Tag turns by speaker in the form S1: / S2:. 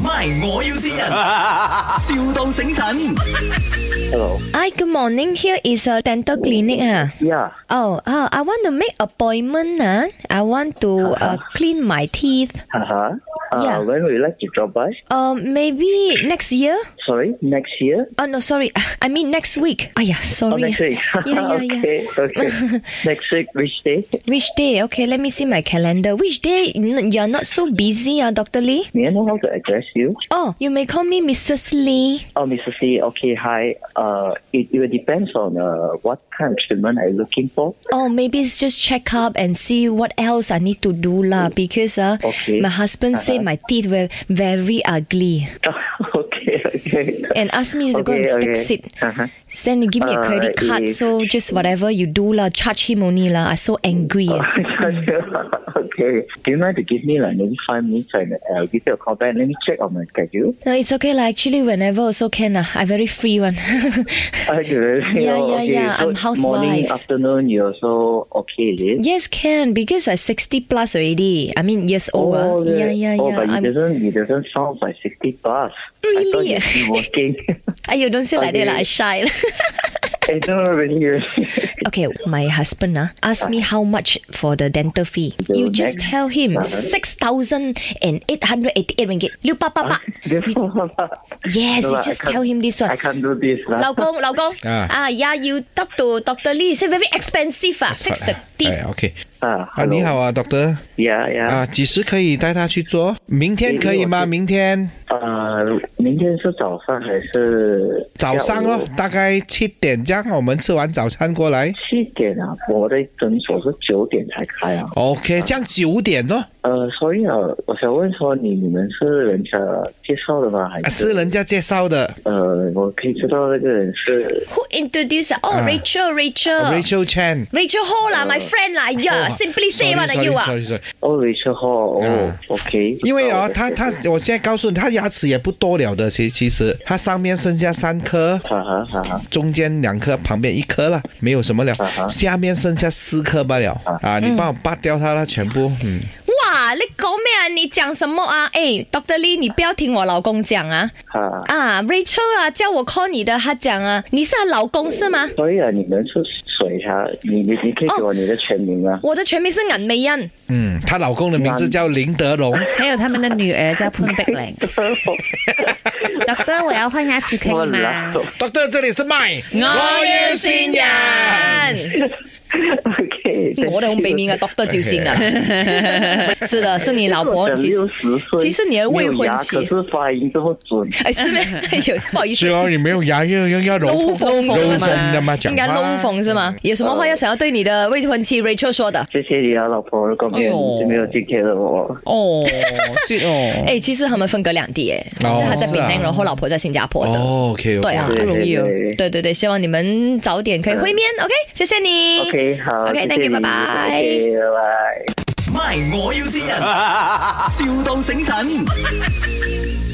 S1: ，My 我要先人，,笑到醒神。
S2: Hello.
S3: Hi, good morning. Here is a dental clinic. Ah.
S2: Yeah.
S3: Oh, uh, I want to make appointment. Ah. I want to uh, clean my teeth.
S2: Uh-huh. Uh,
S3: Yeah.
S2: When would you like to drop by?
S3: Uh, maybe next year?
S2: Sorry, next year?
S3: Oh, no, sorry. I mean next week. Ah, yeah, sorry.
S2: Oh, next week.
S3: Yeah, yeah, yeah.
S2: okay, okay. next week, which day?
S3: Which day? Okay, let me see my calendar. Which day n- you're not so busy, ah, Dr. Lee?
S2: May I know how to address you?
S3: Oh, you may call me Mrs. Lee.
S2: Oh, Mrs. Lee, okay, hi. Uh, it, it will depends on uh, what kind of treatment are you looking for.
S3: Oh, maybe it's just check up and see what else I need to do lah. Because uh,
S2: Okay. Uh-huh.
S3: my husband said my teeth were very ugly
S2: okay, okay.
S3: and asked me to go and
S2: Okay,
S3: fix
S2: okay.
S3: it.
S2: Uh-huh.
S3: Then you give me a
S2: Uh,
S3: credit card,
S2: if-
S3: so just whatever you do lah, charge him only lah. I so angry.
S2: Uh.
S3: eh.
S2: okay. Do you mind to give me like maybe five minutes and I'll give you a call back? Let me check on my schedule.
S3: No, it's okay lah. Actually, whenever also can lah. I very free one.
S2: Okay.
S3: Yeah, yeah,
S2: okay.
S3: yeah,
S2: So
S3: I'm
S2: Morning,
S3: housewife.
S2: afternoon, you also okay, is it?
S3: yes, can because I sixty plus already. I mean, years old. ah. yeah, yeah, yeah.
S2: Oh, but it
S3: I'm-
S2: doesn't, it doesn't sound like 60 plus. I thought
S3: Really?
S2: you'd be working.
S3: Aiyo, don't say like that lah.
S2: Okay.
S3: I shy. lah.
S2: I don't really, really.
S3: Okay, my husband ah asked me how much for the dental fee.
S2: The
S3: You just
S2: next Uh-huh.
S3: tell him
S2: one.
S3: six thousand and eight hundred eighty-eight ringgit. 六八八八.
S2: Yes,
S3: Yes, you just tell him this
S2: Uh-huh. I
S3: one.
S2: can't do this. lah.
S3: 老公，老公，啊
S4: Ah.
S3: yeah, you talk to Doctor Lee. Say very expensive 啊，fix the
S4: 哎
S3: teeth.
S4: ，OK，
S2: 啊
S4: 啊，你好啊，Doctor，
S2: Yeah,
S4: 啊，
S2: yeah.
S4: 几时可以带他去做？明天可以
S2: 哎明天我
S4: 吗？
S2: 去
S4: 明天
S2: 呃，明天是早上还是
S4: 早上
S2: 下午
S4: 咯，大概七点这样，我们吃完早餐过来。
S2: 七点啊，我的诊所是九点才开啊。
S4: OK，这样九点咯，
S2: 呃，所以啊，我想问说你你们是人家介绍的吗？还
S4: 啊
S2: 是
S4: 是人家介绍的
S2: 呃，我可以知道那个人是
S3: Who introduced? ah? Oh,
S4: 啊
S3: Rachel, Rachel.
S4: ，Rachel Chan。哦
S3: Rachel Ho lah, my friend lah. Yeah, 呃 simply say one ah, you
S4: sorry,
S3: ah.
S4: sorry, sorry.
S2: 哦，雷车号哦
S4: 啊
S2: ，OK。哦
S4: 因为啊、
S2: 知道
S4: 他他，我现在告诉你，他牙齿也不多了的，其其实他上面剩下三颗，
S2: 哈哈哈哈，
S4: 中间两颗，旁边一颗了，没有什么了，
S2: 啊哈
S4: 下面剩下四颗罢了啊！你帮我拔掉它了，全部，嗯，
S3: 哇，你讲咩啊？你讲什么啊？哎，Doctor Lee，你不要听我老公讲啊。
S2: 哈。
S3: 啊，Rachel 啊，叫我 call 你的，他讲啊，你是她老公是吗？
S2: 所以啊，你们是水他，你你你可以给我你的全名啊吗？
S3: 我的全名是尹美欣，
S4: 嗯，她老公的名字叫林 德龙，
S5: 还有他们的女儿叫潘碧玲。Doctor，我要换牙齿可以吗？
S4: doctor，这里是麦，嗯
S3: 人，
S2: OK，
S3: 嗯我的红北名啊，Doctor 赵先啊，是的，是你 老婆，其实
S2: 六十岁，
S3: 其实你的未
S2: 没有
S3: 婚
S2: 牙
S3: 妻
S2: 可是发音这么准。
S3: 哎是咩？哎呦，不好意思
S4: 是。哦，你没有牙又又要
S3: 漏
S4: 柔
S3: 风
S4: 柔
S3: 的嘛
S4: 风的吗？讲
S3: 应该
S4: 话啊嗯
S3: 龙凤是吗？有什么话要想要对你的未婚妻 Rachel 说的？
S2: 谢谢你啊，老婆，如果
S3: 哎
S2: 没有你就没有今天的我。
S5: 哦，是哦，
S3: 哎，其实他们分隔两地，哎，
S4: 哦
S3: 就他在
S4: 是
S3: 槟
S4: 啊
S3: 榔，然后老婆在新加坡的。
S4: 哦，OK，
S3: 对啊
S2: 对
S5: 不容易哦
S2: 对对
S3: 对对对，希望你们早点
S4: 嗯
S3: 可以会面，OK？谢谢你。
S2: OK，好
S3: OK，
S2: 谢谢
S3: thank you，
S2: 你
S3: 拜拜
S2: OK，拜拜。
S1: My 我要先人，,笑到醒神。